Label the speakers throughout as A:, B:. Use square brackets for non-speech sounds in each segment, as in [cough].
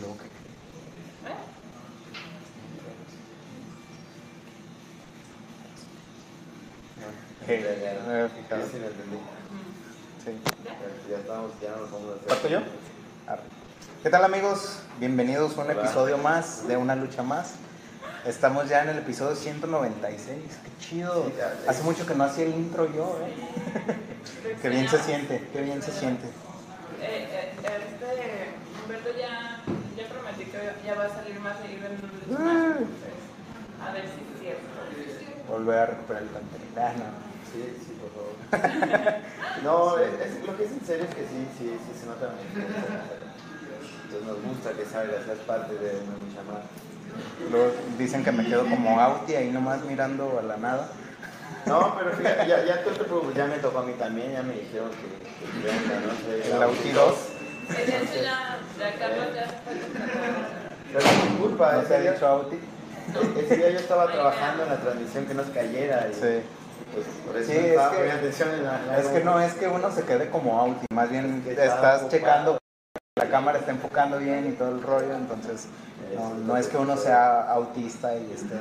A: loca.
B: ¿Eh?
A: Sí, ¿Eh? ya, ya, no me había fijado.
C: Yo sí lo entendí.
A: Sí.
C: Pero Ya estamos, ya nos vamos a hacer.
A: ¿Parto yo? Arre. ¿Qué tal amigos? Bienvenidos a un
C: Hola.
A: episodio más de Una Lucha Más. Estamos ya en el episodio 196. ¡Qué chido!
C: Sí, ya, ya.
A: Hace mucho que no hacía el intro yo, ¿eh?
B: Lo
A: Qué bien se
B: extrañaba.
A: siente, qué bien se siente.
B: Eh, eh, este, Humberto ya, ya prometí que ya va a salir más seguido en un lugar.
A: Ah.
B: Entonces, a ver si es cierto.
A: Volver a recuperar el pantalón. Ah, no.
C: Sí, sí, por favor.
A: [laughs]
C: No, es, es- lo que es en serio es que sí, sí, sí se nota. Entonces nos gusta que salgas, seas parte de una lucha más.
A: Luego dicen que me quedo como Auti ahí nomás mirando a la nada.
C: No, pero fíjate, ya, ya, tú te preocupes, ya me tocó a mí también, ya me dijeron que, que venga, ¿no? Soy
A: El Auti 2.
B: Eh, De hecho, ya, ya Carlos ya se fue contratado.
C: Pero es mi culpa,
A: ¿No te
C: ese,
A: ha
C: día,
A: dicho Auti?
C: e- ese día yo estaba trabajando en la transmisión que nos cayera y
A: Sí.
C: pues por eso
A: Sí,
C: no
A: es
C: estaba
A: que-
C: poniendo atención en la, la-
A: Es que no es que uno se quede como Auti, más bien
C: Es que está
A: estás
C: ocupado.
A: checando, la cámara está enfocando bien y todo el rollo, entonces no, no es que uno sea autista y esté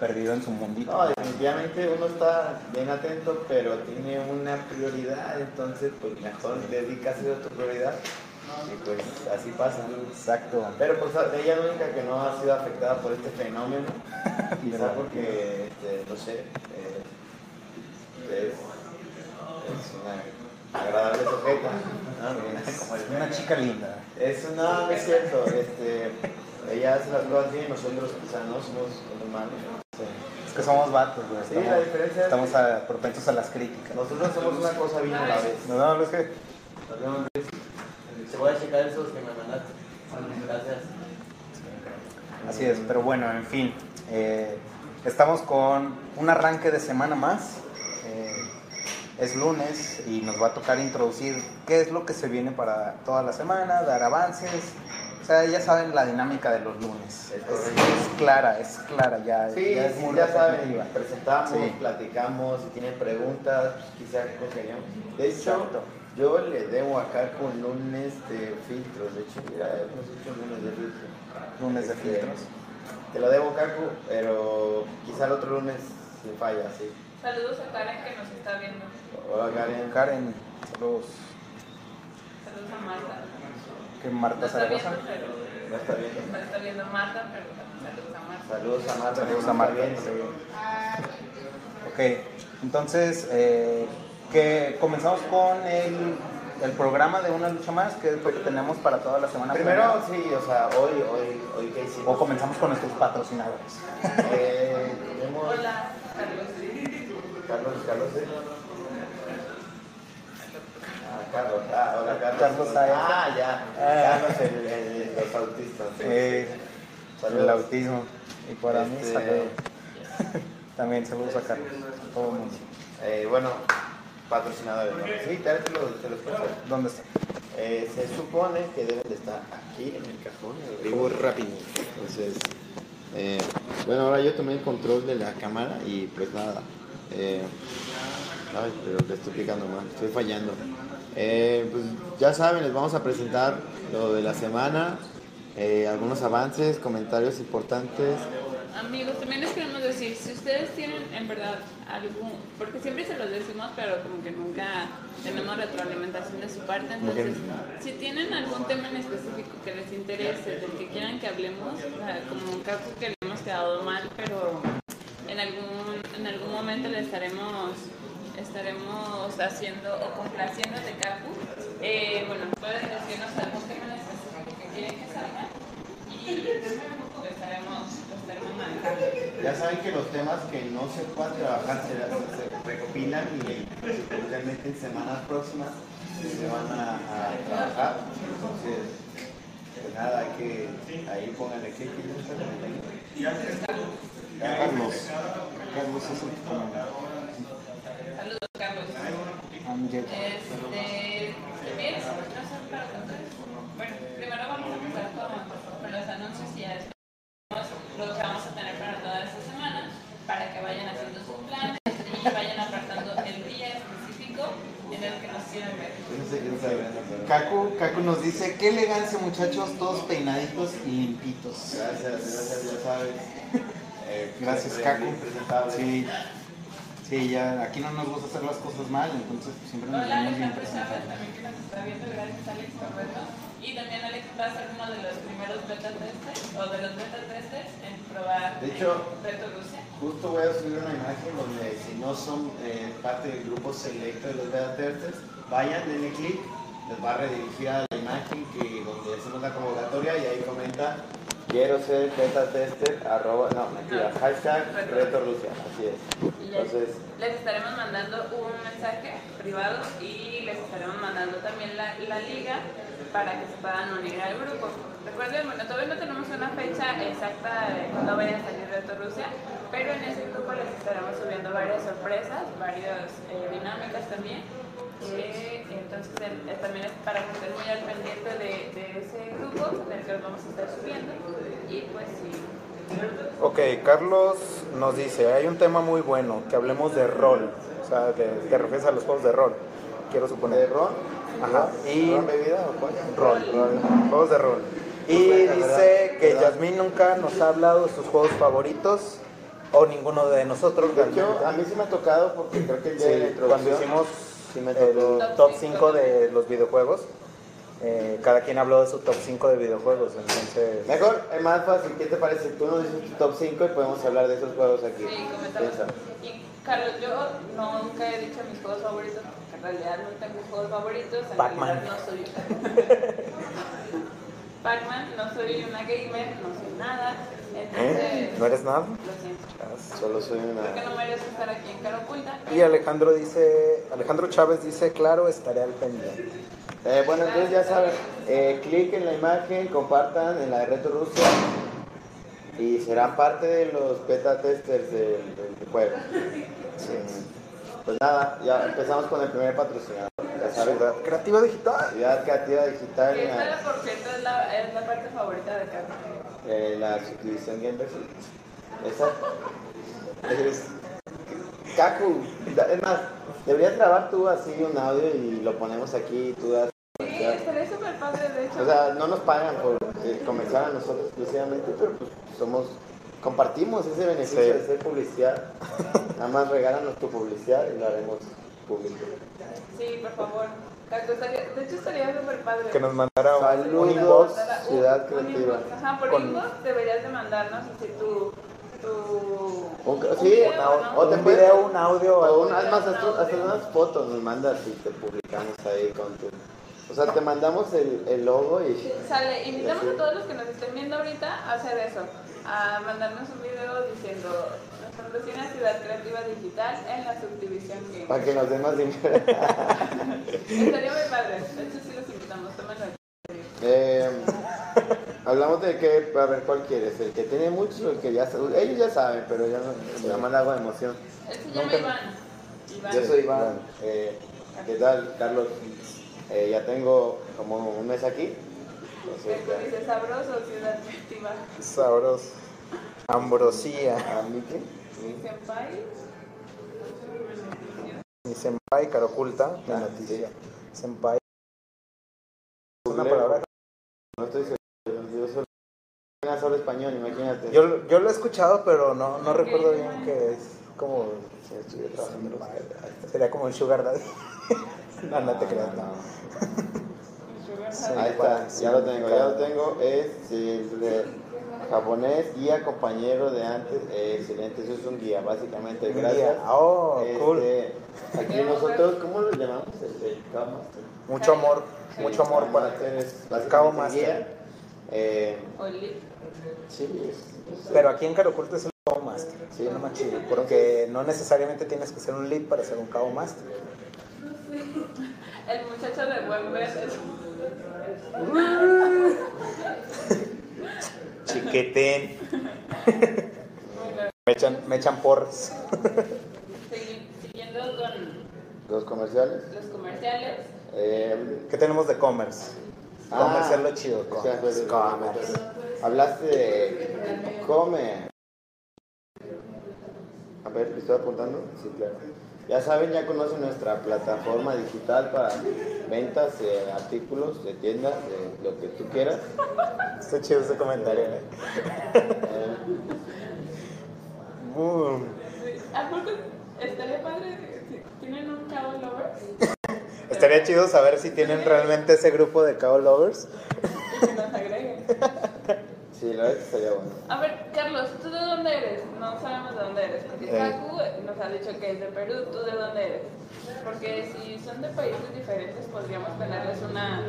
A: perdido en su mundito.
C: No, definitivamente uno está bien atento, pero tiene una prioridad, entonces pues mejor dedicas a tu prioridad y pues así pasa.
A: Exacto.
C: Pero pues ella es la única que no ha sido afectada por este fenómeno, quizá
A: ¿Verdad?
C: porque, este, no sé, eh, es, es una agradable sujeta, ¿no? Como
A: Es
C: el
A: una
C: meme.
A: chica linda.
C: Es una, es cierto, este, ella hace las cosas bien, nosotros quizá no somos humanos.
A: sí. Es que somos vatos, güey.
C: Sí,
A: Estamos,
C: la diferencia es
A: estamos a- propensos a las críticas.
C: Nosotros hacemos una cosa bien a la vez.
A: No, no, es que
C: Perdón, Luis. Te voy a checar esos que me mandaste. Gracias.
A: Así es, pero bueno, en fin. eh, estamos con un arranque de semana más. eh, es lunes y nos va a tocar introducir qué es lo que se viene para toda la semana, dar avances. O sea, ya saben la dinámica de los lunes. Es, es clara, es clara, ya, ya
C: Sí, ya,
A: es muy
C: saben,
A: repetitiva.
C: presentamos,
A: Sí.
C: platicamos, si tienen preguntas, pues, quizás conseguimos. De hecho,
A: Exacto.
C: yo le debo acá con lunes de filtros. De hecho, mira, eh, hemos hecho lunes de filtros.
A: Lunes de
C: Este,
A: filtros.
C: Te lo debo, Caco, pero quizá el otro lunes sin falla, sí.
B: Saludos a Karen que nos está viendo.
C: Hola, Karen.
A: Karen, saludos.
B: Saludos a Marta.
A: Que
B: No
A: Marta
B: está
A: Zaragoza.
B: viendo, pero.
C: No está viendo.
B: No está viendo Marta, pero saludos a Marta.
C: Saludos a Marta.
A: Saludos
C: que
A: a
C: no
A: Marta,
C: está bien,
A: sí.
C: pero-
A: Ok, entonces eh, que comenzamos con el, el programa de Una Lucha Más, que es lo que tenemos para toda la semana.
C: Primero,
A: planeada.
C: sí, o sea, hoy, hoy, hoy que hicimos.
A: O comenzamos con nuestros patrocinadores.
C: Eh, tenemos
B: Hola, Carlos.
C: Carlos, Carlos. ¿eh? Ah, Carlos, ah, hola Carlos.
A: Carlos Saez.
C: Ah, ya.
A: Ah.
C: Carlos, el, el- el- los autistas. sí.
A: Eh,
C: Saludos.
A: El autismo. Y para mí,
C: Este,
A: saludos. [laughs] También saludos a Carlos. a todo el mundo.
C: eh, bueno, patrocinadores. ¿no? Sí, tal vez te los, te los paso.
A: ¿Dónde está?
C: Eh, se supone que deben de estar aquí en el cajón, arriba rapidito. Entonces, eh, bueno, ahora yo tomé el control de la cámara y pues nada. eh, ay, pero le estoy picando mal, estoy fallando. Eh, pues ya saben, les vamos a presentar lo de la semana, eh, algunos avances, comentarios importantes.
B: Amigos, también les queremos decir, si ustedes tienen en verdad algún, porque siempre se los decimos, pero como que nunca tenemos retroalimentación de su parte, entonces si tienen algún tema en específico que les interese, del que quieran que hablemos, o sea, como un caso que le hemos quedado mal, pero en algún, en algún momento le estaremos estaremos haciendo o complaciendo de Capu. Eh, bueno, pueden decirnos algún tema en específico que quieren que salga y lo estaremos, lo estaremos manejando.
C: Ya saben que los temas que no se puedan trabajar se, se recopilan y realmente en semanas próximas se van a, a trabajar. Entonces, pues nada, hay que ahí pónganle clic y ya está. Ya, Carlos.
A: Carlos es el que comanda.
B: Saludos, Carlos.
A: I'm Ah, Jake.
B: Este, también, no sé, para ustedes. Bueno, primero vamos a empezar con, con los anuncios y ya después vemos lo que vamos a tener para toda esta semana, para que vayan haciendo sus planes y vayan apartando el día específico en el que nos
A: Caco, Caco nos dice, qué elegancia muchachos, todos peinaditos y limpitos.
C: Gracias, gracias, ya sabes. Eh,
A: Gracias,
C: siempre
A: Caco.
C: bien presentable.
A: Sí, sí, ya aquí no nos gusta hacer las cosas mal, entonces pues, siempre nos
B: Hola
A: vemos bien
B: Alejandro
A: presentables.
B: Chávez también que nos está viendo, gracias Alex por vernos. Y también Alex va a ser uno de los primeros beta testers o de los beta testers en probar
C: De hecho,
B: eh, Beto Rusia.
C: Justo voy a subir una imagen donde si no son eh, parte del grupo selecto de los beta testers, vayan, denle clic, les va a redirigir a la imagen que donde hacemos la convocatoria y ahí comenta quiero ser beta tester arroba no mentira
B: No.
C: hashtag reto Rusia así es
B: Les,
C: entonces
B: les estaremos mandando un mensaje privado y les estaremos mandando también la, la liga para que se puedan unir al grupo. Recuerden, bueno, todavía no tenemos una fecha exacta de cuándo vaya a salir Reto Rusia, pero en ese grupo les estaremos subiendo varias sorpresas, varias eh, dinámicas también. Eh, entonces el- eh, también es para que estén muy al pendiente de, de ese grupo del que los vamos a estar subiendo. Y pues sí.
A: Ok, Carlos nos dice, hay un tema muy bueno, que hablemos de rol, o sea, de, te refieres a los juegos de rol, quiero
C: de
A: suponer.
C: ron
A: Ajá, y-
C: ron bebida o cuál
A: Rol. Juegos de rol. Y dice que Yasmín nunca nos ha hablado de sus juegos favoritos, o ninguno de nosotros.
C: De hecho,
A: realmente.
C: a mí sí me ha tocado porque creo que el día de la
A: Sí, cuando
C: introducción
A: hicimos
C: sí me tocó.
A: el top 5 de los videojuegos, eh, cada quien habló de su top 5 de videojuegos, entonces...
C: Mejor, es más fácil, ¿qué te parece? Tú nos dices tu top 5 y podemos hablar de esos juegos aquí.
B: Sí, comentamos.
C: Piensa.
B: Y Carlos, yo nunca he dicho mis juegos favoritos, porque en realidad no tengo juegos favoritos, en
A: Pac-Man.
B: realidad no
A: [laughs]
B: soy [laughs] Pac-Man, no soy una gamer, no soy nada, entonces
A: ¿Eh? ¿No eres nada?
B: lo siento.
C: Solo soy una...
B: Creo que no merezco estar aquí en cara oculta.
A: Y Alejandro dice, Alejandro Chávez dice, claro, estaré al pendiente.
C: Eh, bueno, entonces ya saben, eh, clic en la imagen, compartan en la de Reto Rusia y serán parte de los beta testers del, del juego. Mm, Pues nada, ya empezamos con el primer patrocinador, ya saben.
A: Ciudad Creativa Digital.
C: Ciudad Creativa
A: Ah.
C: Digital,
B: Que esta,
C: la,
B: por cierto, es la, es la parte favorita de Carlos.
C: eh, la subdivisión Game Versus. Esa es. Kaku, da- es más, deberías grabar tú así un audio y lo ponemos aquí y tú das.
B: Sí, estaré súper padre, de hecho.
C: O sea, no nos pagan por eh, comenzar a nosotros exclusivamente, pero pues somos, compartimos ese beneficio
A: Sí.
C: de ser publicidad. Nada más regálanos tu publicidad y lo haremos público.
B: sí, por favor. Caco, estaría- de hecho, estaría súper padre.
A: Que nos mandara un-
C: Saludos.
A: un inbox.
C: Ciudad
B: Un- un
C: Creativa.
B: inbox. Ajá, por
A: Con-
B: inbox deberías de mandarnos así tu... tu
C: Un- sí,
B: video,
C: una-
B: ¿no?
C: o
A: O
C: te
A: un
C: puedes-
A: video, un audio.
C: O
A: algo.
C: un- es más, hasta, hasta unas fotos nos mandas y te publicamos ahí con tu... O sea, te mandamos el, el logo y...
B: Sale, invitamos
C: Así.
B: a todos los que nos estén viendo ahorita a hacer eso, a mandarnos un video diciendo, nos patrocina Ciudad Creativa Digital en la subdivisión Game.
C: Para que nos den más dinero.
B: Estaría muy padre, de hecho sí los invitamos, tómenlo.
C: Eh, hablamos de que, a ver, ¿cuál quieres? ¿El que tiene muchos o el que ya sabe? Ellos ya saben, pero yo no, nada más le hago de emoción.
B: Él se llama
A: Nunca-
B: Iván. Iván.
C: Yo soy Iván. Eh, ¿Qué tal, Carlos? Eh, ya tengo como un mes aquí. Entonces,
B: Esto
C: ya.
B: dice sabroso, Ciudad Creativa.
A: Sabros. Ambrosía.
C: ¿A mí qué? Sí.
B: Senpai.
A: Y senpai, cara oculta. La
C: Ah,
A: noticia. Senpai. Es una
C: Googleo.
A: palabra.
C: No estoy seguro. Yo solo, yo solo español, imagínate.
A: Yo, yo lo he escuchado, pero no, no recuerdo bien que es como...
C: Sí, estuve trabajando en los- Ahí está.
A: Sería como el sugar daddy. [laughs] no, no te creas,
C: Ah,
A: no.
C: Ahí está, ya lo tengo, ya lo tengo. Es el de japonés, guía, compañero de antes. Eh, excelente, eso es un guía, básicamente. Gracias.
A: Oh, cool.
C: Este, aquí nosotros, ¿cómo lo llamamos? Este, El, el Cabo Master.
A: Mucho amor,
B: Sí,
A: mucho amor
C: Cabo
A: para
C: Master es
A: el
C: Este, básicamente
A: Cabo
C: un
A: Master.
C: guía. Eh,
B: Oli.
C: sí, es-
A: Pero aquí en Caro Oculto es el Cabo Master.
C: Sí.
A: no más chido, Porque no necesariamente tienes que ser un lead para ser un Cabo Master.
B: El muchacho de
D: [laughs]
B: Webber es
A: Chiquetén.
B: muy raro.
A: Me echan, me echan porras.
B: Segui- Siguiendo con
C: los comerciales.
B: los comerciales,
C: Eh,
A: ¿Qué tenemos de commerce?
C: Ah.
A: Commerce es lo chido.
C: o sea, pues,
A: Commerce. commerce.
C: Hablaste de comer. A ver, ¿estoy apuntando? Sí, claro. Ya saben, ya conocen nuestra plataforma digital para ventas, eh, artículos de tiendas, de lo que tú quieras.
D: Está chido ese comentario. ¿eh?
C: Eh,
D: Boom.
B: ¿A poco estaría padre si tienen un cabo lovers?
D: Estaría chido saber si tienen realmente ese grupo de cow lovers. [laughs]
B: Y que nos agreguen.
C: sí, la verdad es que estaría bueno.
B: A ver, Carlos, ¿tú de dónde eres? No sabemos de dónde eres. Porque
D: Eh.
B: Kaku nos ha dicho que es de Perú. ¿Tú de dónde eres? Porque si son de países diferentes, podríamos tenerles una,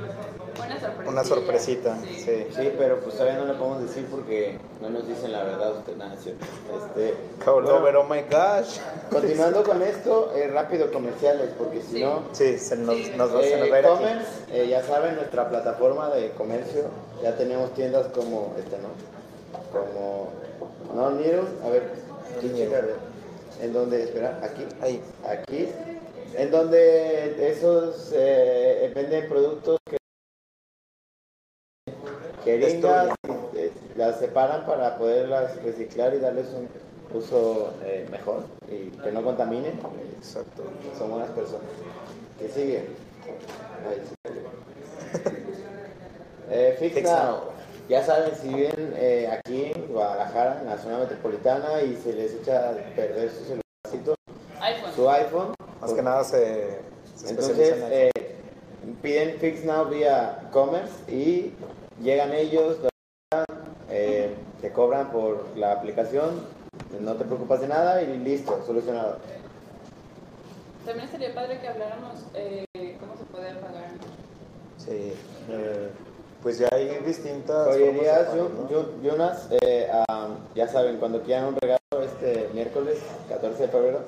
B: una sorpresa.
D: Una sorpresita. Sí.
C: Sí, pero pues todavía no lo podemos decir porque no nos dicen la verdad usted nada, es ¿cierto? Este,
D: Cow
C: bueno,
D: lover, oh my gosh.
C: Continuando con esto, eh, rápido comerciales, porque si
B: Sí.
C: no,
D: Sí, se nos,
B: Sí.
D: nos va- se nos va a
C: Eh,
D: ir aquí.
C: Commerce, eh, ya saben, nuestra plataforma de comercio, ya tenemos tiendas como, este no, como, no, Niro, a ver,
D: Sí,
C: chica, a ver, en donde, espera, aquí,
D: Ahí.
C: aquí, en donde esos eh, venden productos que jeringas, eh, las separan para poderlas reciclar y darles un uso eh, mejor y que no contaminen. eh,
D: Exacto.
C: son buenas personas. ¿Qué sigue? Ahí
D: [laughs]
C: sí. Eh, Fix
D: Fix
C: Now.
D: Now.
C: Ya saben, si viven eh, aquí en Guadalajara, en la zona metropolitana, y se les echa a perder su celularcito,
B: iPhone.
C: su iPhone,
D: Más que nada se, se
C: entonces
D: especializan en
C: eh, piden Fix Now vía commerce y llegan ellos, lo arreglan, eh, te cobran por la aplicación, no te preocupas de nada y listo, solucionado.
B: También sería padre que habláramos eh, cómo se puede pagar.
D: Sí. eh, pues ya hay distintas.
C: Joyerías
D: formas de pago, ¿no?
C: Yu- Yu- Yunas, eh, am, ya saben, cuando quieran un regalo este miércoles 14 de febrero,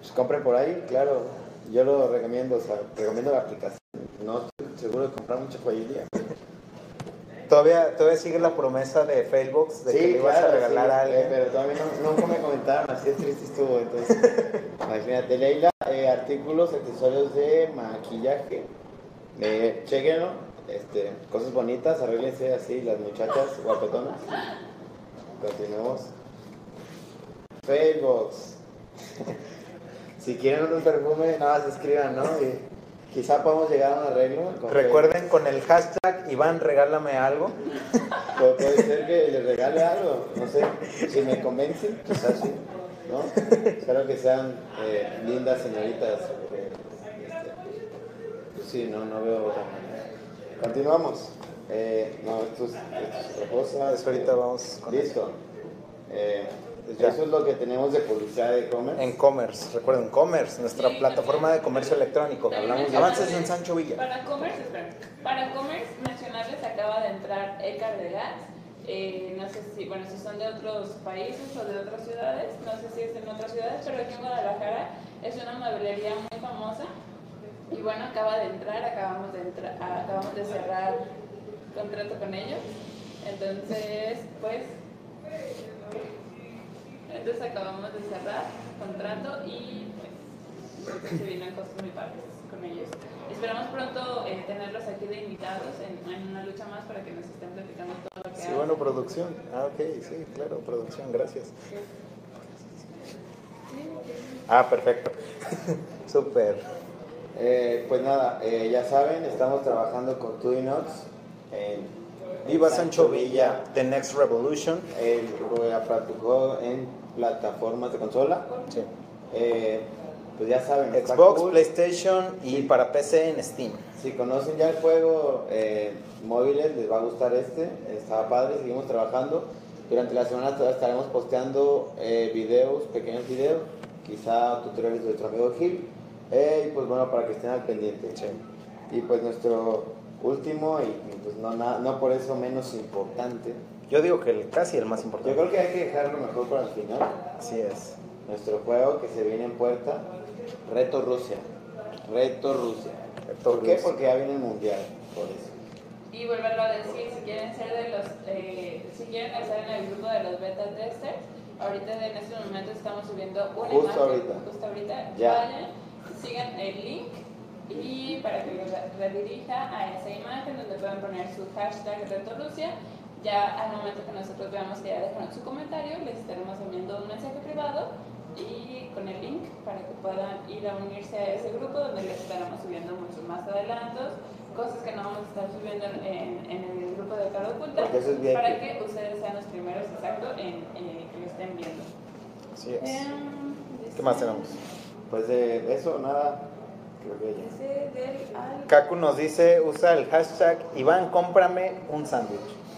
C: pues compren por ahí, claro, yo lo recomiendo, o sea, recomiendo la aplicación. No estoy seguro de comprar mucha joyería.
D: Todavía, todavía sigue la promesa de Facebook de que le ibas a regalar
C: sí,
D: a
C: eh,
D: alguien.
C: pero todavía no- nunca me comentaron, así es triste estuvo,
D: [laughs]
C: entonces. Imagínate, Leila, eh, artículos, accesorios de maquillaje. Eh, chequenlo, este, cosas bonitas, arréglense así las muchachas guapetonas. Continuemos. Facebook. [laughs] si quieren otro perfume, nada más escriban, ¿no? Y quizá podamos llegar a un arreglo. con
D: Recuerden con el hashtag Iván regálame algo.
C: o puede ser que le regale algo, no sé, si me convencen, quizás sí, ¿no? Espero que sean eh, lindas señoritas. porque, este, pues sí, no, no veo otra manera. Continuamos. Eh, no, esto es, esto es otra cosa.
D: Entonces, Pues ahorita vamos con-
C: Listo. Eh,
D: Ya.
C: eso es lo que tenemos de publicidad de comer.
D: en Commerce. Recuerden, Commerce, nuestra
B: Sí,
D: plataforma de comercio electrónico.
B: También
D: Avances
B: mencionarles-
D: en Sancho Villa.
B: Para Commerce, espera. Para Commerce Nacionales acaba de entrar Ecar de Gas. Eh, no sé si, bueno, si son de otros países o de otras ciudades, no sé si es en otras ciudades, pero aquí en Guadalajara es una mueblería muy famosa. Y bueno, acaba de entrar, acabamos de, entra- acabamos de cerrar contrato con ellos. Entonces, pues, entonces acabamos de cerrar contrato y pues creo que se vienen cosas muy padres con ellos. Esperamos pronto eh, tenerlos aquí de invitados en, en una lucha más para que nos estén platicando todo lo que
D: Sí,
B: hacen.
D: bueno, producción. Ah, ok, sí, claro, producción, gracias. Ah, perfecto. [laughs] Súper.
C: Eh, pues nada, eh, ya saben, estamos trabajando con Tudinox en
D: Viva
C: en
D: Sancho Villa, The Next Revolution.
C: El juego en plataformas de consola.
D: Sí.
C: Eh, pues ya saben, está
D: Xbox,
C: cool.
D: PlayStation y para PC en Steam.
C: Si conocen ya el juego eh, móviles, les va a gustar este. Estaba padre, seguimos trabajando. Durante la semana todavía estaremos posteando eh, videos, pequeños videos, quizá tutoriales de nuestro amigo Gil. Eh, y pues bueno, para que estén al pendiente. Y pues nuestro último, y y, pues no, na- no por eso menos importante.
D: Yo digo que el, casi el más
C: Yo
D: importante.
C: creo que hay que dejarlo mejor para el final.
D: Así es.
C: Nuestro juego que se viene en puerta, Reto Rusia. Reto Rusia.
D: Reto
C: ¿Por qué?
D: Rusia.
C: Porque ya viene el mundial, por eso.
B: Y volverlo a decir, si quieren ser de los, eh, si quieren estar en el grupo de los beta testers, ahorita en este momento estamos subiendo una
C: Justo
B: imagen,
C: ahorita.
B: justo ahorita,
C: Ya.
B: vayan, sigan el link y para que los redirija a esa imagen donde pueden poner su hashtag RetoRusia, ya al momento que nosotros veamos que ya dejaron su comentario, les estaremos enviando un mensaje privado y con el link para que puedan ir a unirse a ese grupo donde les estaremos subiendo muchos más adelantos, cosas que no vamos a estar subiendo en, en el grupo de Cara Oculta,
C: Porque eso es bien
B: para
C: que-
B: que ustedes sean los primeros, exacto, en, eh, que lo estén viendo.
A: Así es.
B: Em,
A: ¿Qué más tenemos?
C: Pues de eso, nada. Creo que ya.
B: Dice del al-
A: Kaku nos dice, usa el hashtag Iván, cómprame un sándwich.
C: [laughs]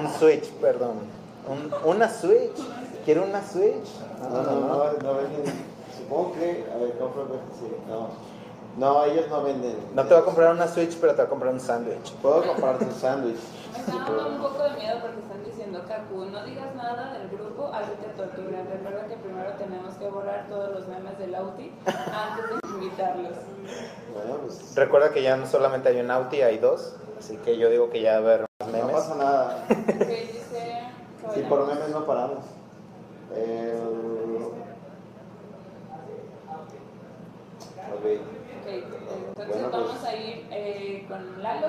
A: Un switch, perdón. Un- una switch. Quiero una switch.
C: No, no, no, no, venden. Supongo que. A ver, compro. Sí, no. No, ellos no venden.
A: No te voy a comprar una switch, pero te voy a comprar un sándwich.
C: Puedo comprar tu sándwich.
B: Me está dando un poco de miedo porque están diciendo, Kaku, no digas nada del grupo, así te torturan. Recuerda que primero tenemos que borrar todos los memes del Auti antes de invitarlos.
C: Bueno, pues.
A: Recuerda que ya no solamente hay un Audi, hay dos. Así que yo digo que ya va a haber más
C: No
A: memes.
C: pasa nada.
B: Ok, dice...
C: Si por memes no paramos. Eh, ok.
B: Ok, entonces
C: Bueno, pues.
B: vamos a ir eh, con Lalo.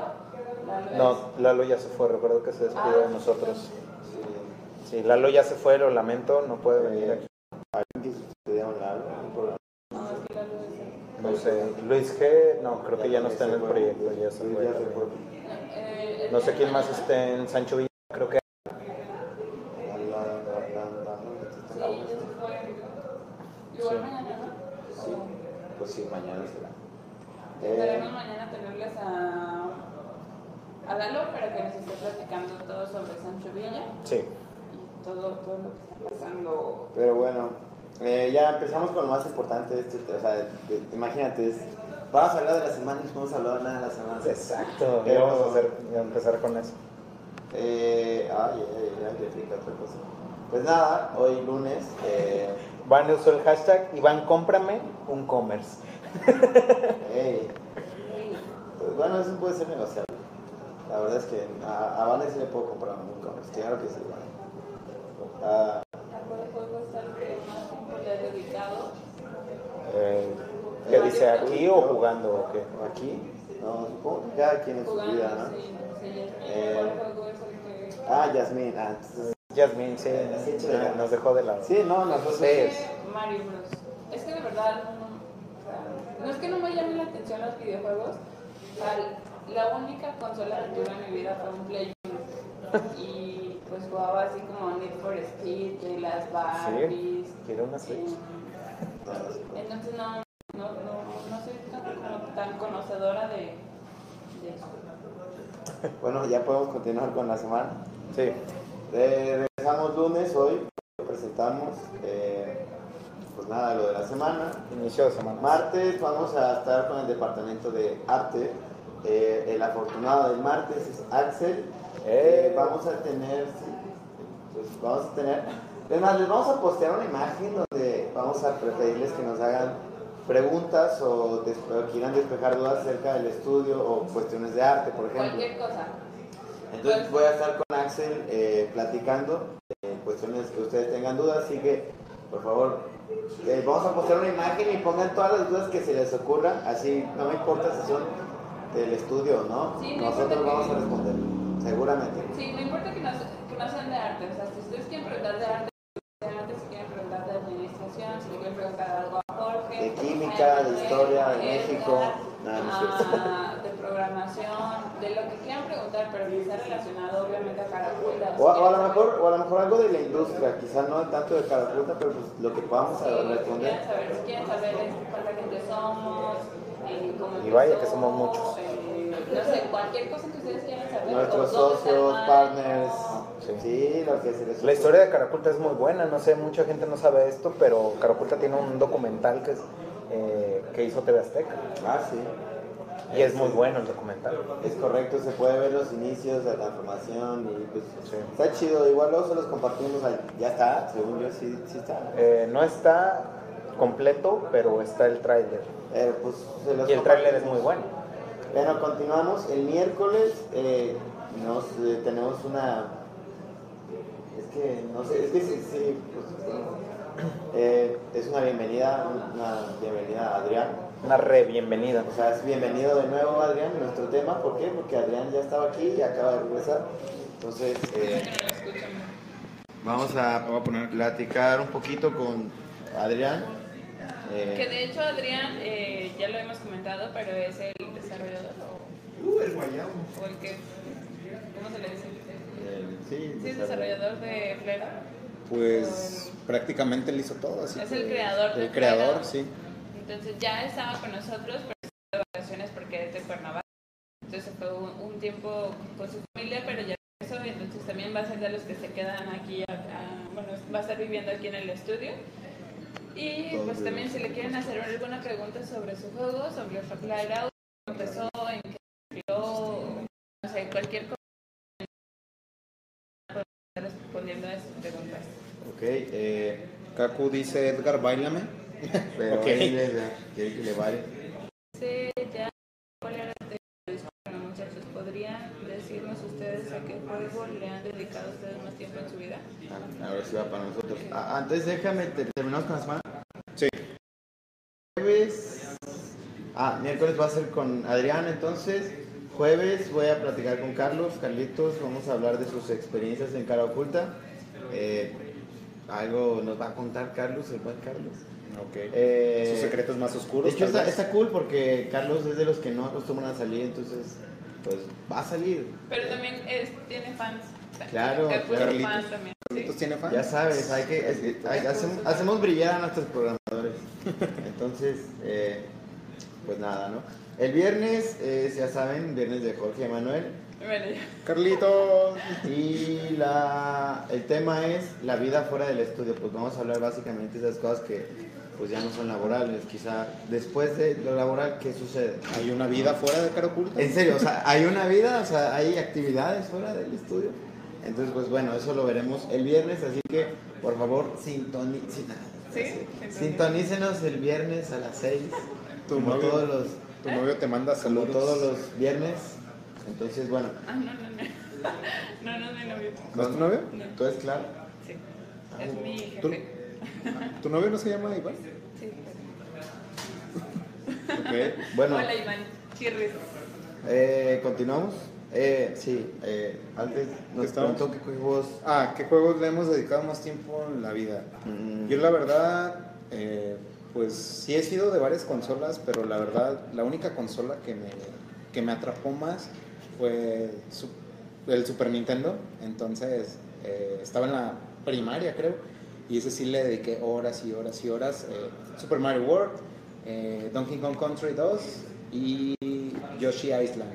B: Lalo
A: No, Lalo ya se fue. Recuerdo que se
B: es-
A: despidió de
B: Ah,
A: nosotros.
C: Sí.
A: Sí, Lalo ya se fue, lo lamento, no puede venir aquí.
C: ¿Alguien que se dé un lado? Un programa.
B: No, es que Lalo es el-
A: No sé, Luis G, no, creo que ya no está en el
C: fue.
A: proyecto, ya se fue
C: Ya se
A: también.
C: fue.
B: Eh, el-
A: No sé quién más esté en Sancho Villa, creo que
C: La, la, la, la, la.
B: Sí, ya se fue. Igual mañana, ¿no?
C: Sí. Pues sí, mañana será.
B: Esperemos
C: Eh,
B: mañana tenerles a, a Lalo para que nos esté platicando todo sobre Sancho Villa
A: sí.
B: y todo, todo lo que está pasando.
C: pero bueno, eh, ya empezamos con lo más importante. de Este, o sea, de- de- imagínate, es- vamos a hablar de la semana y no vamos a hablar nada de la semana.
A: Exacto.
C: Pero-
A: vamos a, hacer, a empezar con eso.
C: Eh, ay, ay, ay, qué rica otra cosa. Pues nada, hoy lunes,
A: [laughs]
C: eh,
A: Van usó el hashtag Iván, cómprame un commerce.
C: hey, pues bueno, eso puede ser negociable. La verdad es que a, a Vane sí le puedo comprar un comercio, claro que sí, Vane. Ah,
B: ¿A cuál juego es el que más tiempo le ha dedicado?
A: Eh, ¿Qué dice aquí o jugando o qué?
C: aquí, no, supongo que cada quien en su vida, ¿no?
B: Jugando, sí, sí,
C: Eh,
B: Yasmín, ¿cuál juego es el que...?
C: Ah, Yasmín, ah, entonces-
A: Yasmin, sí,
C: Sí, sí.
A: ya nos dejó de lado.
C: sí, no, nosotros
A: Sí.
B: que Mario Bros. Es que de verdad, no, no es que no me llamen la atención los videojuegos. o sea, la única consola que tuve en mi vida fue un Play uno. Y pues jugaba así como Need for Speed, de las Barbies.
A: Quiero una Switch.
B: eh, entonces no, no, no, no soy tan, como tan conocedora de, de eso.
C: Bueno, ya podemos continuar con la semana.
A: Sí.
C: Eh, regresamos lunes, hoy presentamos, eh, pues nada, lo de la semana.
A: Inicio de semana.
C: Martes vamos a estar con el departamento de arte. Eh, el afortunado del martes es Axel.
A: Eh.
C: Eh, vamos a tener, sí, pues vamos a tener. Es más, les vamos a postear una imagen donde vamos a pedirles que nos hagan preguntas o, des- o quieran despejar dudas acerca del estudio o cuestiones de arte, por ejemplo.
B: Cualquier cosa.
C: Entonces voy a estar con Axel eh, platicando eh, cuestiones que ustedes tengan dudas, así que por favor eh, vamos a postear una imagen y pongan todas las dudas que se les ocurran, así no me importa si son del estudio o no,
B: Sí, no importa
C: nosotros
B: que-
C: vamos a responder, seguramente.
B: Sí, no importa que no, que no sean de arte, o sea, si ustedes quieren preguntar de arte, de arte, si quieren preguntar de administración, si le quieren preguntar algo a Jorge,
C: De química,
B: a
C: de
B: Manuel,
C: historia, de
B: a Edgar,
C: México. Nada, no es
B: a- ah, [laughs] de programación, de lo que quieran preguntar, pero que está relacionado obviamente a Caracula.
C: O, a- o a lo mejor, o a lo mejor algo de la industria, quizás no tanto de Caraculta, pero pues lo que podamos
B: Sí, lo que
C: responder.
B: quieran saber, si quieren saber es cuánta gente somos, eh, cómo
A: Y vaya que
B: empezó,
A: somos muchos.
B: eh, no sé, cualquier cosa que ustedes quieran saber.
C: Nuestros
B: o dónde
C: socios,
B: está el
C: partners,
B: banco.
A: Sí.
C: sí, lo que se les
A: La
C: ocurra.
A: historia de Caraculta es muy buena, no sé, mucha gente no sabe esto, pero Caraculta tiene un documental que, es, eh, que hizo TV Azteca.
C: Ah, sí.
A: Y es muy bueno el documental.
C: Es correcto, se puede ver los inicios de la formación y pues
A: Sí.
C: está chido. Igual luego se los compartimos, ahí. ya está, según yo sí, sí está.
A: Eh, no está completo, pero está el tráiler.
C: Eh, pues se los
A: Y el tráiler es
C: compartimos.
A: muy bueno.
C: Bueno, continuamos. El miércoles eh, nos, eh, tenemos una... Es que no sé, es que sí, sí, pues, eh, es una bienvenida, una bienvenida a Adrián.
A: Una re bienvenida.
C: O sea, es bienvenido de nuevo Adrián a nuestro tema. ¿Por qué? Porque Adrián ya estaba aquí y acaba de regresar. Entonces, eh, vamos a, voy a poner- platicar un poquito con Adrián Eh,
B: Que de hecho Adrián, eh, ya lo hemos comentado, pero es el desarrollador o,
E: Uh, el guayabo.
B: o el que, ¿cómo se le dice?
C: eh, sí,
B: Sí, es desarrollador de Flero.
F: Pues prácticamente él hizo todo. Así
B: Es
F: que-
B: el creador de
F: El
B: Flero.
F: creador, sí.
B: Entonces ya estaba con nosotros, pero se fue de vacaciones porque es de Cuernavaca. Entonces se fue un, un tiempo con su familia, pero ya regresó. y Entonces también va a ser de los que se quedan aquí, a- a- bueno, va a estar viviendo aquí en el estudio. Y pues también si le quieren hacer alguna pregunta sobre su juego, sobre Faplar Out, cómo empezó, en qué inspiró, no sé, cualquier cosa. podemos estar respondiendo a sus preguntas.
C: Ok, eh,
F: Kaku dice Edgar, bailame.
C: [laughs] pero
F: Ok.
C: él le da- quiere que le vale.
B: Sí, ya, ¿cuál era el tema? Bueno, muchachos, ¿podrían decirnos ustedes a qué juego le han dedicado ustedes más tiempo en su vida?
C: A, a ver si va para nosotros. Ah, antes déjame, te- terminamos con la semana.
F: Sí.
C: Jueves. Ah, miércoles va a ser con Adrián, entonces. Jueves voy a platicar con Carlos, Carlitos, vamos a hablar de sus experiencias en cara oculta. Eh, algo nos va a contar Carlos, el buen Carlos.
F: Ok.
C: Eh,
F: Sus secretos más
C: de
F: oscuros.
C: hecho,
F: tal
C: está,
F: vez.
C: está cool porque Carlos es de los que no acostumbran a salir, entonces, pues va a salir.
B: Pero también es, tiene fans.
C: Claro,
B: Eh, pues,
F: Carlitos.
B: fans también.
F: ¿Carlitos
B: sí.
F: tiene fan?
C: Ya sabes, hay que, es- es- hay- hacemos, hacemos brillar a nuestros programadores. Entonces, eh, pues nada, ¿no? El viernes, es, ya saben, viernes de Jorge Manuel.
B: Bueno, ya. [laughs]
F: Carlitos.
C: Y la, el tema es la vida fuera del estudio. Pues vamos a hablar básicamente de esas cosas que pues ya no son laborales. Quizá después de lo laboral, ¿qué sucede?
F: ¿Hay una vida fuera de cara oculta?
C: En serio, o sea, hay una vida, o sea, hay actividades fuera del estudio. Entonces, pues bueno, eso lo veremos el viernes, así que por favor, sintoni- sin-
B: Sí,
C: sintonícenos el viernes a las 6,
F: Tu
C: como
F: novio.
C: todos los
F: Tu novio te manda
C: como
F: saludos.
C: todos los viernes. Entonces, bueno,
B: Ah, no, no, [laughs] no. No, no es mi novio.
F: ¿No es tu novio?
C: ¿tú es claro?
B: Sí. Es mi
F: ¿Tú?
B: jefe.
F: ¿Tu novio no se llama Iván?
B: Sí.
F: Ok.
C: Bueno,
B: Hola, Iván. Chirris.
C: eh, continuamos. Eh, sí, eh, antes nos
F: ¿Estamos?
C: preguntó qué juegos
F: Ah, ¿qué juegos le hemos dedicado más tiempo en la vida?
C: mm,
F: Yo la verdad, eh, pues sí he sido de varias consolas, pero la verdad, la única consola que me, que me atrapó más fue su- el Super Nintendo. Entonces, eh, estaba en la primaria, creo, y ese sí le dediqué horas y horas y horas. eh, Super Mario World, eh, Donkey Kong Country 2 y Yoshi Island.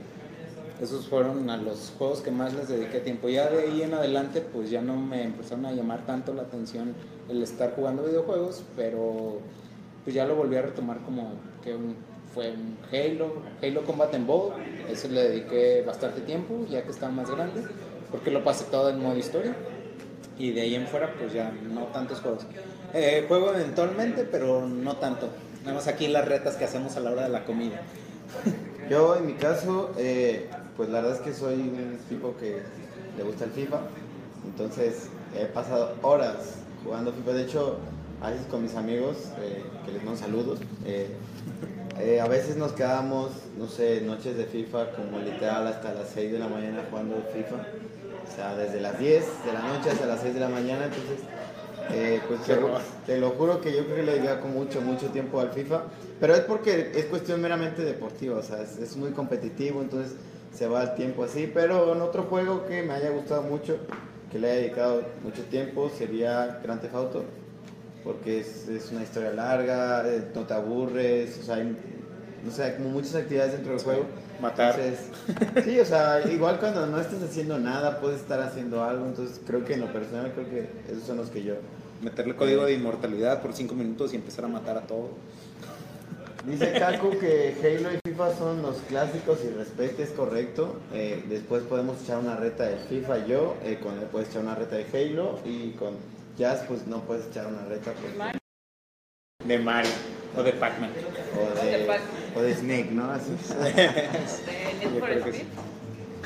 F: Esos fueron a los juegos que más les dediqué tiempo. Ya de ahí en adelante, pues ya no me empezaron a llamar tanto la atención el estar jugando videojuegos, pero pues ya lo volví a retomar como que un- fue un Halo, Halo Combat and Ball. Eso le dediqué bastante tiempo, ya que estaba más grande, porque lo pasé todo en modo historia. Y de ahí en fuera, pues ya no tantos juegos. Eh, juego eventualmente, pero no tanto. Nada más aquí las retas que hacemos a la hora de la comida.
C: Yo en mi caso, eh, pues la verdad es que soy un tipo que le gusta el FIFA, entonces he pasado horas jugando FIFA, de hecho a veces con mis amigos, eh, que les mando saludos, eh, eh, a veces nos quedábamos, no sé, noches de FIFA como literal hasta las 6 de la mañana jugando FIFA, o sea, desde las 10 de la noche hasta las 6 de la mañana, entonces, eh, pues
F: Qué
C: te lo-
F: horror.
C: te lo juro que yo creo que le dedico mucho, mucho tiempo al FIFA, pero es porque es cuestión meramente deportiva, o sea, es, es muy competitivo, entonces se va el tiempo así, pero en otro juego que me haya gustado mucho, que le haya dedicado mucho tiempo, sería Grand Theft Auto, porque es, es una historia larga, eh, no te aburres, o sea, hay, no sé, hay como muchas actividades dentro del juego.
F: Matar.
C: Entonces, sí, o sea, igual cuando no estés haciendo nada, puedes estar haciendo algo, entonces creo que en lo personal creo que esos son los que yo
F: Meterle código de inmortalidad por 5 minutos y empezar a matar a todo.
C: Dice Kaku que Halo y FIFA son los clásicos y respete es correcto. Eh, después podemos echar una reta de FIFA yo, eh, con él puedes echar una reta de Halo y con Jazz pues no puedes echar una reta pues, porque-
B: Mar-
F: De Mario o de Pac-Man.
C: o,
B: de
C: de,
B: Pac.
C: o de Snake, ¿no? Así.
B: de Need
F: Yo
B: for
F: creo que
B: Speed.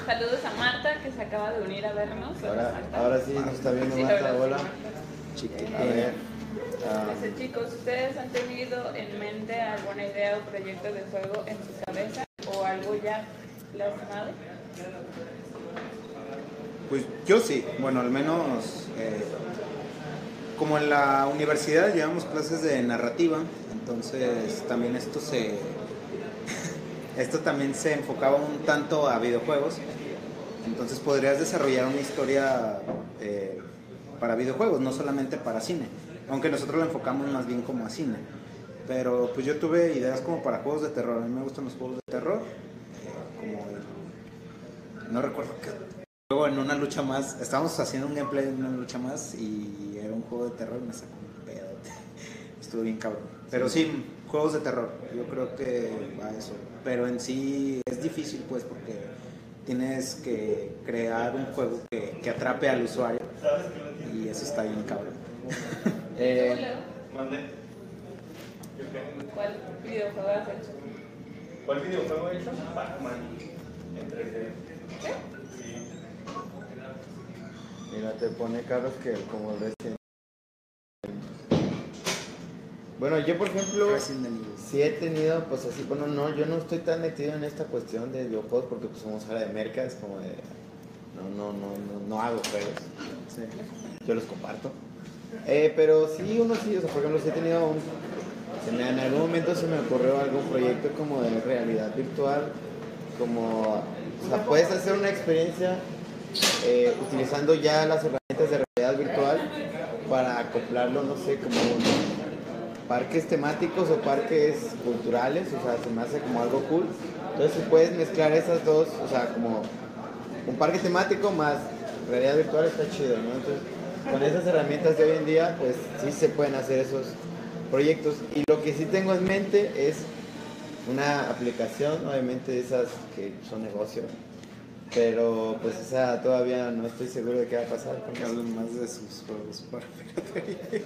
B: Saludos a Marta que se acaba de unir a vernos. Hola,
C: Ahora,
B: Marta.
C: ahora sí nos está viendo
B: Sí,
C: más la
B: ahora sí,
C: bola.
B: Marta.
C: A ver. ah,
B: Dice chicos, ¿ustedes han tenido en mente alguna idea o proyecto de juego en su cabeza o algo ya plasmado?
F: Pues yo sí, bueno, al menos eh, como en la universidad llevamos clases de narrativa, entonces también esto se [laughs] esto también se enfocaba un tanto a videojuegos. Entonces podrías desarrollar una historia eh, para videojuegos, no solamente para cine. Aunque nosotros la enfocamos más bien como a cine. Pero pues yo tuve ideas como para juegos de terror. A mí me gustan los juegos de terror. Como el- no recuerdo qué. Luego en una lucha más, estábamos haciendo un gameplay en una lucha más y era un juego de terror, me sacó un pedo. [laughs] Estuvo bien cabrón. Pero sí, juegos de terror, yo creo que va a eso. Pero en sí es difícil pues porque tienes que crear un juego que, que atrape al usuario y eso está bien cabrón.
B: ¿Cuál
F: Eh,
E: Mandé. ¿Yo qué?
B: videojuego has hecho?
E: ¿Cuál videojuego he hecho? Pac-Man. En 3D. Sí.
C: Mira, te pone caros que como el Resident Bueno, yo por ejemplo,
F: Resident Evil.
C: sí he tenido, pues así, bueno, no, yo no estoy tan metido en esta cuestión de videojuegos porque pues somos área de merca, es como de... No, no, no, no, no hago juegos.
F: Sí.
C: yo los comparto. Eh, pero sí, uno sí, o sea, por ejemplo, sí he tenido un- se me- en algún momento se me ocurrió algún proyecto como de realidad virtual, como, o sea, puedes hacer una experiencia eh, utilizando ya las herramientas de realidad virtual para acoplarlo, no sé, como un- parques temáticos o parques culturales, o sea, se me hace como algo cool. Entonces puedes mezclar esas dos, o sea, como un parque temático más realidad virtual está chido, ¿no? Entonces, con esas herramientas de hoy en día, pues sí se pueden hacer esos proyectos. Y lo que sí tengo en mente es una aplicación, obviamente de esas que son negocio, pero pues o sea, todavía no estoy seguro de qué va a pasar con
F: Que
C: eso.
F: hablen más de sus juegos
C: Ah,
F: para piraterías.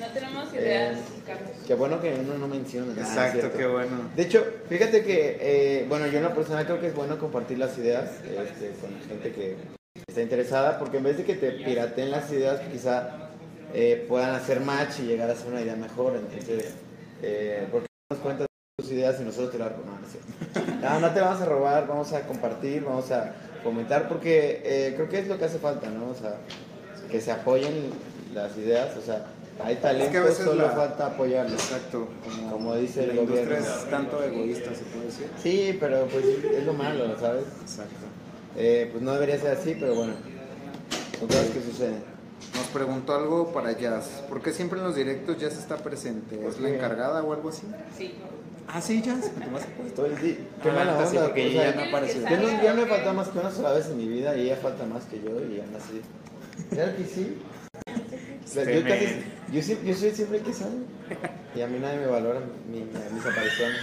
B: No tenemos ideas,
C: Eh,
B: Carlos.
C: Qué bueno que uno no menciona. nada,
F: Exacto,
C: ¿cierto?
F: qué bueno.
C: De hecho, fíjate que, eh, bueno, yo en lo personal creo que es bueno compartir las ideas este, con gente que está interesada, porque en vez de que te pirateen las ideas, quizá eh, puedan hacer match y llegar a hacer una idea mejor. Entonces, eh, porque nos cuentas tus ideas y nosotros te las robamos. No, es
F: [laughs]
C: cierto. No, no te vamos a robar, vamos a compartir, vamos a comentar, porque eh, creo que es lo que hace falta, ¿no? O sea, que se apoyen las ideas, o sea, hay talento,
F: a veces
C: solo
F: la-
C: falta apoyarlo.
F: Exacto, como,
C: Como dice
F: la
C: el
F: industria
C: gobierno.
F: es tanto egoísta, se puede decir.
C: Sí, pero pues es lo malo, ¿sabes?
F: Exacto.
C: Eh, pues no debería ser así, pero bueno. Son cosas que suceden.
F: Nos preguntó algo para Jazz. ¿Por qué siempre en los directos Jazz está presente? ¿Es la
C: Porque-
F: encargada o algo así?
B: Sí.
F: Ah, sí, Jazz. ¿Te vas a poner?
C: Todo el día. Qué
F: Ah,
C: mala
F: está
C: onda.
F: así porque
C: o
F: ella
C: sea,
F: no apareció.
C: yo no, ya no he faltado más que una sola vez en mi vida y ella falta más que yo y aún así. Claro que sí. O sea, yo,
E: Este
C: casi-
E: men.
C: yo, sí- yo soy siempre el que sale y a mí nadie me valora mi- mi- mis apariciones.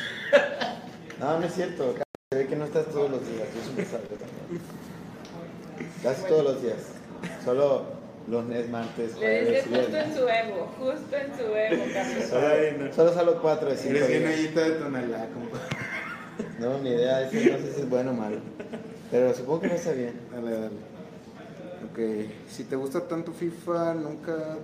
C: No, no es cierto. ca- Se ve que no estás todos los días. Yo siempre salgo también. Casi todos los días. Solo lunes, martes,
B: Le
C: jueves,
B: decía justo en
C: viernes.
B: su ego, justo en su ego, Carlos.
C: Solo,
E: Ay, no.
C: solo salgo cuatro de cinco
F: Eres bien
C: días.
F: ollita de tonalá, compa.
C: No, ni idea. Eso no sé si es bueno o malo. Pero supongo que no está bien.
F: Dale, dale. Ok. Si te gusta tanto FIFA, ¿nunca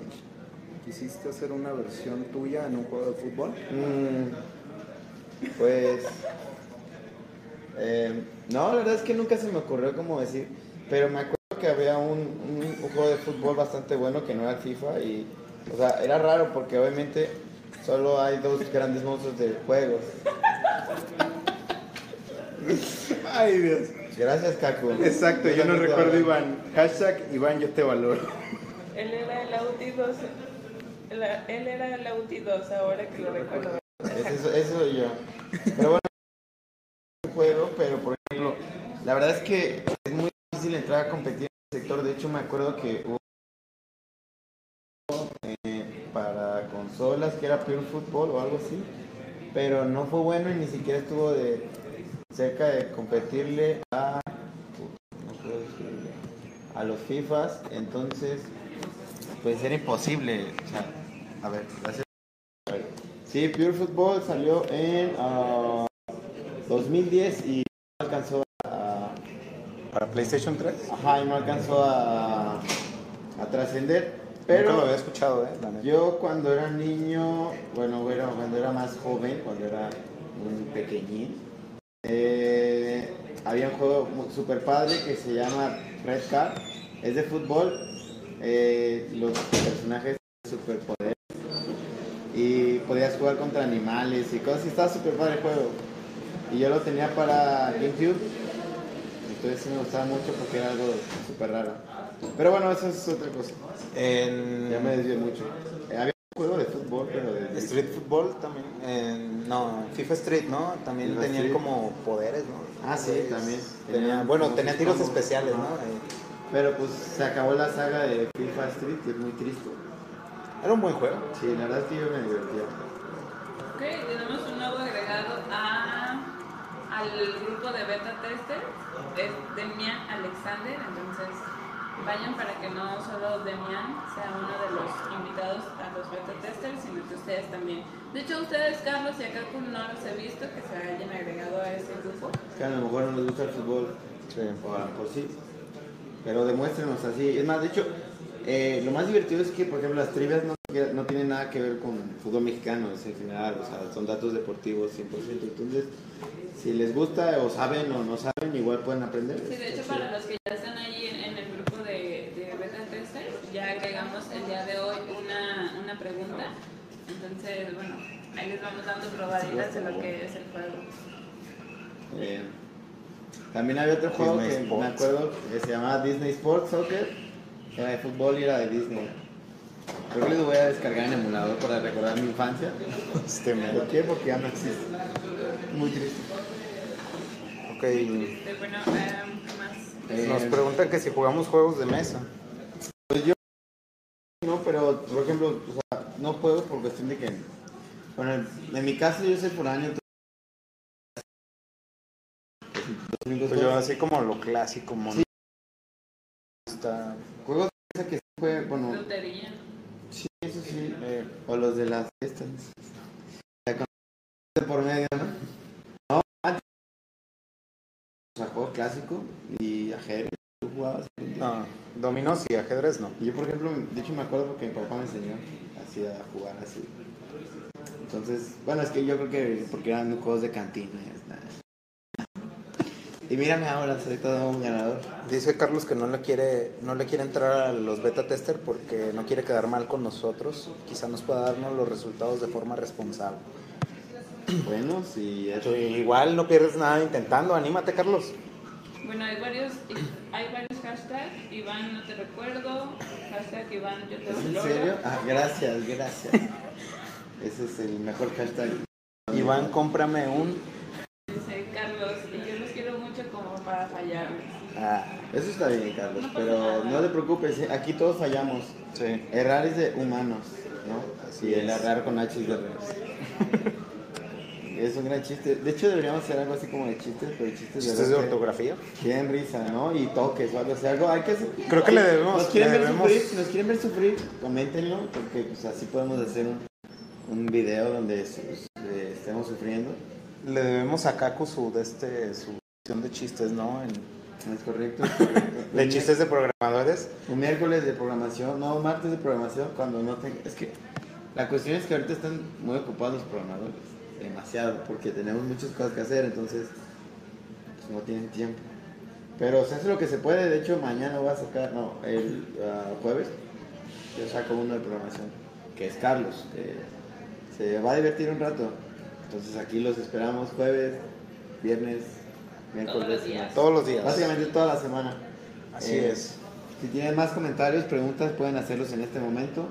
F: quisiste hacer una versión tuya en un juego de fútbol?
C: Mm, pues. eh, no, la verdad es que nunca se me ocurrió como decir. Pero me acuerdo que había un, un- un juego de fútbol bastante bueno que no era el FIFA. Y, o sea, era raro porque obviamente solo hay dos grandes monstruos de juegos.
F: [laughs] Ay, Dios.
C: Gracias, Kaku.
F: Exacto, yo no recuerdo Iván. Hashtag Iván, yo te valoro.
B: Él era el Auti 2. la- él era el Auti 2, ahora que lo recuerdo.
C: Eso, eso soy yo. Pero bueno, un juego, pero por ejemplo, la verdad es que es muy difícil entrar a competir en el sector. De hecho, me acuerdo que hubo eh, para consolas que era Pure Football o algo así, pero no fue bueno y ni siquiera estuvo de cerca de competirle a, no puedo decirle, a los FIFAs. Entonces, pues era imposible. O sea, a ver, gracias. Sí, Pure Football salió en ah, 2010 y no alcanzó a,
F: ¿Para PlayStation 3?
C: ajá, y no alcanzó a, a trascender.
F: Nunca lo
C: Pero
F: había escuchado, ¿eh? La neta.
C: yo cuando era niño, bueno, bueno, cuando era más joven, cuando era un pequeñín, eh, había un juego mu- super padre que se llama Red Card. Es de fútbol. eh, los personajes superpoderes. Y podías jugar contra animales y cosas. Y estaba super padre el juego. Y yo lo tenía para GameCube. Entonces sí me gustaba mucho porque era algo súper raro. Pero bueno, eso es otra cosa.
A: En
C: Ya me desvié mucho. Eh, había un juego de fútbol, pero de...
A: Street Football también. en- no, en FIFA Street, ¿no? También
C: FIFA
A: tenían
C: Street.
A: como poderes, ¿no?
C: Ah, sí,
A: Poderes.
C: también.
A: Tenía-
C: Tenían
A: bueno,
C: como
A: tenía
C: sus
A: tiros
C: combos.
A: especiales, ¿no?
C: Ajá.
A: Eh,
C: Pero pues se acabó la saga de FIFA Street y es muy triste.
A: era un buen juego.
C: Sí, la verdad es que yo me divertía.
B: Ok, tenemos un nuevo agregado a, al grupo de beta tester, es Demian Alexander, entonces vayan para que no solo Demian sea uno de los invitados a los beta testers, sino que ustedes también. De hecho, ustedes, Carlos y Acaco, no los he visto que se hayan agregado a ese grupo.
C: Es que a lo mejor no les gusta el fútbol. O a lo mejor sí. Pero demuéstrenos así. Es más, de hecho, eh, lo más divertido es que, por ejemplo, las trivias no, no tienen nada que ver con fútbol mexicano es en general. O sea, son datos deportivos 100%. Entonces, si les gusta o saben o no saben, igual pueden aprender.
B: Sí, de hecho, para los que ya están ahí en, en el grupo de, de Beta Testers, ya agregamos el día de hoy una, una pregunta. Entonces, bueno, ahí les vamos dando probaditas de lo que es el juego.
C: Eh, también había otro juego
A: Disney
C: que
A: Sports.
C: me acuerdo que se llamaba Disney Sports Soccer, que era de fútbol y era de Disney. Creo que lo voy a descargar en emulador para recordar mi infancia.
A: Este,
C: ¿Por qué? Porque ya no existe. Muy triste.
A: ok.
B: Este, bueno, em, ¿qué más?
C: Eh,
A: Nos preguntan que si jugamos juegos de mesa.
C: No, pero por ejemplo, o sea, no puedo por cuestión de que. Bueno, en mi caso yo soy por año.
A: Pues yo así como lo clásico, mono.
C: Sí.
A: Está-
C: Juegos de mesa que sí fue, bueno,
B: Lotería.
C: sí, eso sí.
A: eh,
C: O los de las fiestas. La con- de por medio, ¿no? No, antes. O sea, juego clásico y ajedrez. Tú jugabas.
A: no, Ah, dominos y ajedrez no.
C: Y yo, por ejemplo, de hecho me acuerdo porque mi papá me enseñó así a jugar así. Entonces, bueno, es que yo creo que porque eran juegos de cantina y ya está. Y mírame ahora, soy todo un ganador.
A: Dice Carlos que no le quiere, no le quiere entrar a los beta tester porque no quiere quedar mal con nosotros. Quizá nos pueda darnos los resultados de forma responsable.
C: [clears throat] Bueno, sí, ya-
A: Pero igual no pierdes nada intentando, anímate Carlos.
B: Bueno, hay varios, hay varios hashtags. Iván, no te recuerdo. Hashtag Iván, yo te
C: ¿Es en
B: valoro.
C: serio? Ah,
A: [laughs]
C: gracias, gracias. Ese es el mejor hashtag.
A: Iván, cómprame un.
B: Dice Carlos, y yo los quiero mucho como para fallarles.
A: Ah,
C: Eso está bien, Carlos, pero no te preocupes, ¿eh? aquí todos fallamos.
A: sí.
C: Errar es de humanos, ¿no?
A: Así
C: y el
A: es.
C: errar con H es de reos. Es un gran chiste. De hecho, deberíamos hacer algo así como de chistes, pero chistes
A: ¿Esto es de
C: reos que-
A: ortografía?
C: que den risa, ¿no? Y toques o algo así. Algo hay que hacer.
A: Creo que le debemos-
C: Nos quieren
A: le
C: ver
A: debemos-
C: sufrir, nos quieren ver sufrir, coméntenlo, porque pues, así podemos hacer un, un video donde su- eh, estemos sufriendo.
A: Le debemos a Kaku su de este su sección de chistes, ¿no? En-
C: ¿No es
A: [laughs]
C: correcto? Es correcto.
A: de chistes de programadores.
C: Un miércoles de programación, no, un martes de programación, cuando no tenga... Es que la cuestión es que ahorita están muy ocupados los programadores, demasiado, porque tenemos muchas cosas que hacer, entonces pues, no tienen tiempo. Pero se hace lo que se puede, de hecho mañana voy a sacar, no, el ah, jueves, yo saco uno de programación, que es Carlos, que se va a divertir un rato. Entonces aquí los esperamos jueves, viernes, miércoles,
B: Todos los días.
A: Todos los días.
C: básicamente toda la semana.
A: Así
C: Eh,
A: es.
C: si tienen más comentarios, preguntas, pueden hacerlos en este momento.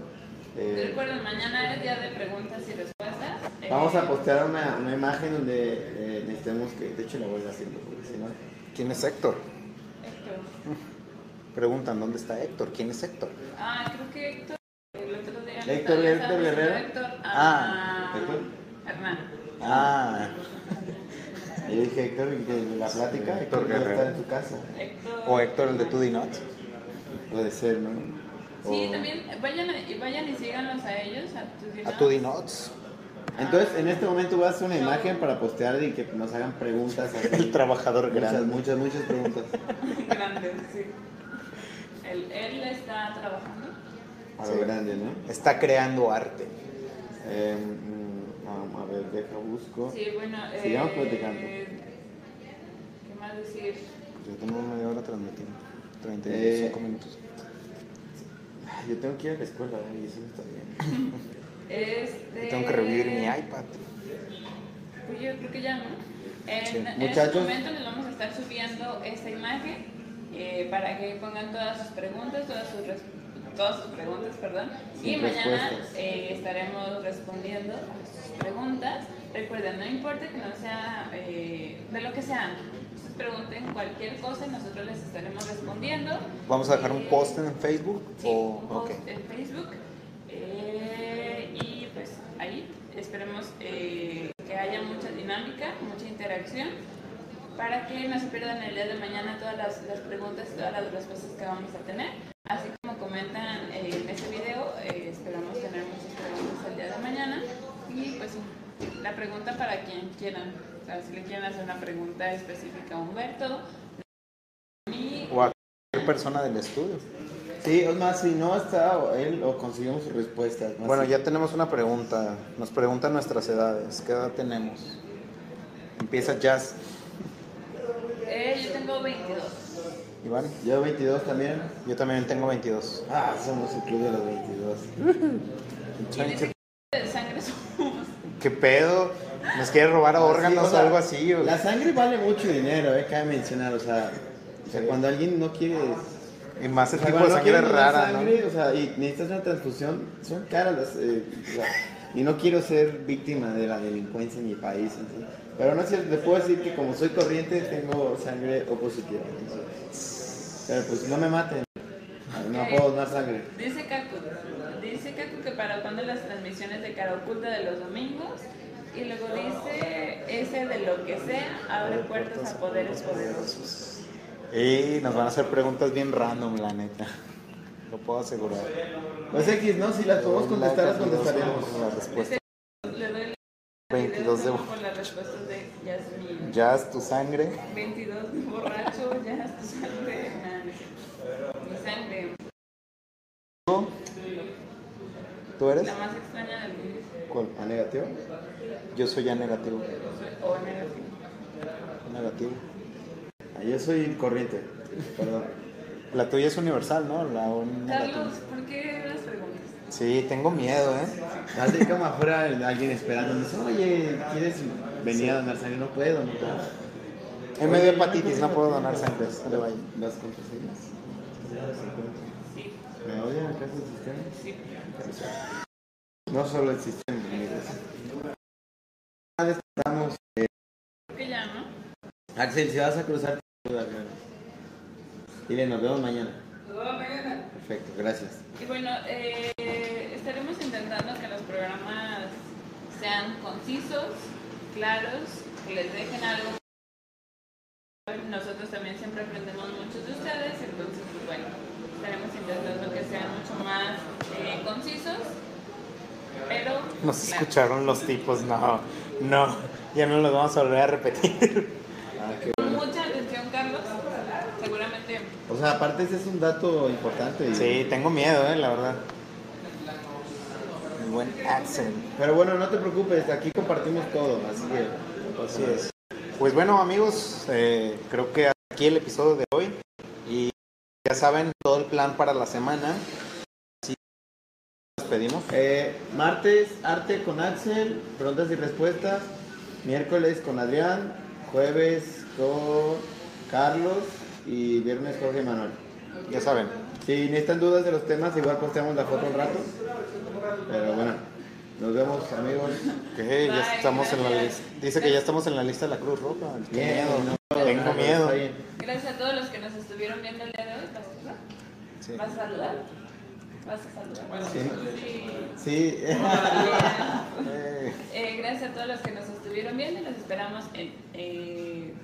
C: Eh,
B: Recuerden, mañana es día de preguntas y respuestas. Eh,
C: vamos a postear una, una imagen donde eh, necesitemos que. De hecho, la voy a ir haciendo porque si no.
A: ¿Quién es Héctor?
B: Héctor.
A: Preguntan, ¿dónde está Héctor? ¿Quién es Héctor?
B: Ah, creo que Héctor. El otro día.
C: Héctor,
B: Natalia
C: Héctor
B: Sánchez,
C: Guerrero.
B: Héctor.
A: Ah,
B: Ah,
C: Héctor.
B: Hernán.
A: Ah,
C: [laughs] Ahí dije, Héctor, de la plática,
A: Sí,
C: Héctor
A: Héctor
C: no
A: Guerrero.
C: está en tu casa.
B: Héctor.
A: o Héctor el de Tudy Not.
C: Puede ser, ¿no?
B: Sí,
C: O-
B: también vayan, a- y vayan y síganlos a ellos, a tus
A: A Tudy
B: [laughs]
A: Nots.
C: Entonces, en este momento voy a hacer una imagen para postear y que nos hagan preguntas. así.
A: El trabajador
C: Muchas,
A: grande.
C: muchas, muchas
A: [laughs]
C: preguntas.
B: grandes, sí. Él, él está trabajando.
C: A lo
A: Sí.
C: grande, ¿no?
A: Está creando arte.
C: Eh, mm, a- a ver, deja,
A: ¿Oh?
C: busco.
B: Sí, bueno. eh,
C: Sigamos platicando.
B: ¿Qué más decir?
A: Yo tengo media hora transmitiendo. 35
C: Eh,
A: minutos.
C: Yo tengo que ir a la escuela ¿eh? y eso está bien.
B: Este...
A: Tengo que revivir mi iPad.
B: Pues yo creo que ya, ¿no? En,
C: Sí.
B: en
C: Muchachos.
B: este momento les vamos a estar subiendo esta imagen eh, para que pongan todas sus preguntas, todas sus, res- todas sus preguntas, perdón.
C: Sí,
B: y mañana
C: respuestas.
B: eh, estaremos respondiendo a sus preguntas. Recuerden, no importa que no sea eh, de lo que sea. ustedes Pregunten cualquier cosa y nosotros les estaremos respondiendo.
A: Vamos a dejar un
B: Eh,
A: post en Facebook.
B: Sí,
A: o,
B: un
A: ok.
B: post en Facebook. eh, y pues ahí esperemos eh, que haya mucha dinámica, mucha interacción, para que no se pierdan el día de mañana todas las, las preguntas y todas las respuestas que vamos a tener. Así como comentan eh, en este video, eh, esperamos tener muchas preguntas el día de mañana. Y pues la pregunta para quien quieran. O sea, si le quieren hacer una pregunta específica a Humberto, a mí,
A: O a cualquier persona del estudio.
C: Sí, es más, si no está o él o conseguimos sus respuestas. más
A: Bueno,
C: sí.
A: ya tenemos una pregunta. Nos preguntan nuestras edades. ¿Qué edad tenemos? Empieza Jazz.
B: eh, yo tengo 22.
A: Iván,
C: Yo 22 también.
A: yo también tengo 22.
C: Ah, somos el club de los
A: [laughs]
C: 22.
B: Y dice que de sangre somos.
A: ¿Qué pedo? ¿Nos quiere robar a órganos
C: Sí,
A: o algo así? o-
C: La sangre vale mucho dinero, eh, cabe mencionar, o sea, o sea,
A: Sí.
C: cuando alguien no quiere...
A: Y más el
C: o sea,
A: tipo de
C: cuando no
A: sangre
C: quiere donar
A: rara,
C: sangre, O sea, y necesitas una transfusión, son caras las... eh, o sea, y no quiero ser víctima de la delincuencia en mi país. entonces, pero no es cierto, le puedo decir que como soy corriente, tengo sangre O positiva. entonces, pero pues no me maten, no puedo donar sangre.
B: Dice Kaku, dice Kaku que para cuando las transmisiones de cara oculta de los domingos. Y luego dice, ese de lo que sea, abre puertas a poderes poderosos.
A: ¿no? Y nos van a hacer preguntas bien random, la neta. Lo puedo asegurar.
C: Pues X, ¿no? Si las podemos contestar, las contestaremos.
A: La respuesta.
B: Le doy la
A: 22 Pues, de-
B: por las respuestas de Yasmin.
A: Jazz, tu sangre.
B: 22 de borracho, ya es tu sangre. Nada, no es cierto. Mi sangre,
A: ¿Tú eres?
B: la más extraña del mundo.
A: ¿Cuál?
C: ¿A negativo?
A: Yo soy ya negativo.
B: O negativo.
A: Negativo.
C: Ah, Yo soy corriente, perdón.
A: La tuya es universal, ¿no? La un
B: Carlos,
A: negativo.
B: ¿por qué las preguntas?
A: Sí, tengo miedo, ¿eh?
C: Así como afuera alguien esperándonos, oye, ¿quieres venir a donar sangre? No puedo, no puedo.
A: En medio de hepatitis, no puedo donar sangre. Sale, bye.
C: ¿Las contraseñas?
B: Sí,
C: ¿Me odian acaso el sistema?
B: sí.
C: No solo el sistema, amigos. Estamos.
B: Creo que ya, ¿no?
C: Axel, si vas a cruzar, dile, nos vemos mañana. Perfecto, gracias.
B: Y bueno, eh, estaremos intentando que los programas sean concisos, claros, que les dejen algo. Nosotros también siempre aprendemos mucho de ustedes, entonces pues bueno, estaremos intentando que sean mucho más eh, concisos, pero...
A: Nos
B: claros.
A: escucharon los tipos, no, no, ya no los vamos a volver a repetir.
C: Ah,
B: Con mucha atención, Carlos. Seguramente
C: O sea, aparte ese es un dato importante. y-
A: Sí, tengo miedo, eh, la verdad. El buen accent,
C: Pero bueno, no te preocupes, aquí compartimos todo, así que.
A: así es. Pues bueno, amigos, eh, creo que hasta aquí el episodio de hoy y ya saben todo el plan para la semana. Así nos despedimos.
C: Eh, martes, arte con Axel, preguntas y respuestas. Miércoles con Adrián, jueves con Carlos y viernes Jorge Manuel.
A: Ya saben,
C: Si necesitan dudas de los temas, igual posteamos la foto un rato. Pero bueno, nos vemos amigos.
A: que ya
B: Bye,
A: estamos en la
B: gracias.
A: lista. Dice que ya estamos en la lista de la Cruz Roja. Qué
C: Bien,
A: miedo.
C: no,
A: Tengo miedo.
C: está bien.
B: gracias a todos los que nos estuvieron viendo el día de hoy. ¿Vas a,
A: Sí.
B: vas a saludar? ¿Vas a saludar? Sí.
C: Sí,
A: Eh,
B: Eh, gracias a todos los que nos estuvieron viendo. Los esperamos en eh,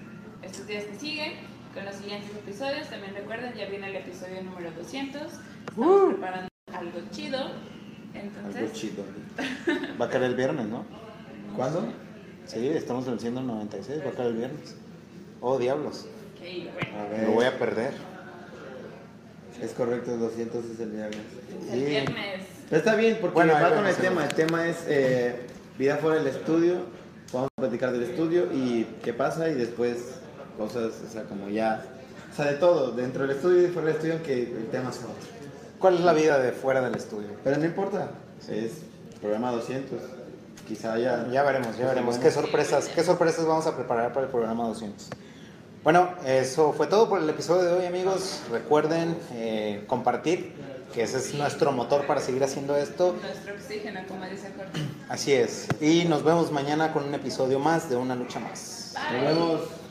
B: estos días que siguen con los siguientes episodios. También recuerden, ya viene el episodio número 200. Estamos preparando algo chido. Entonces,
C: algo chido.
A: Va a caer el viernes, ¿no?
C: ¿Cuándo?
A: Sí, estamos en el 196, va a caer el viernes. Oh, diablos,
B: ok, bueno.
C: A ver,
A: lo voy a perder.
C: Es correcto, 200 es el viernes.
B: El
A: Sí.
B: viernes.
C: Pero Está bien, porque
A: Bueno, ahí
C: va con el
A: vemos, ahí
C: tema. El tema es eh, vida fuera del estudio. Vamos a platicar del estudio y qué pasa y después cosas, o sea, como ya... O sea, de todo, dentro del estudio y fuera del estudio, que el tema es otro.
A: ¿Cuál es la vida de fuera del estudio?
C: Pero no importa. Es programa 200. Quizá ya.
A: Ya veremos, ya veremos. Qué sorpresas, qué sorpresas vamos a preparar para el programa 200. Bueno, eso fue todo por el episodio de hoy, amigos. Recuerden eh, compartir, que ese es nuestro motor para seguir haciendo esto.
B: Nuestro oxígeno, como dice Jorge.
A: Así es. Y nos vemos mañana con un episodio más de Una Lucha Más.
C: Nos vemos.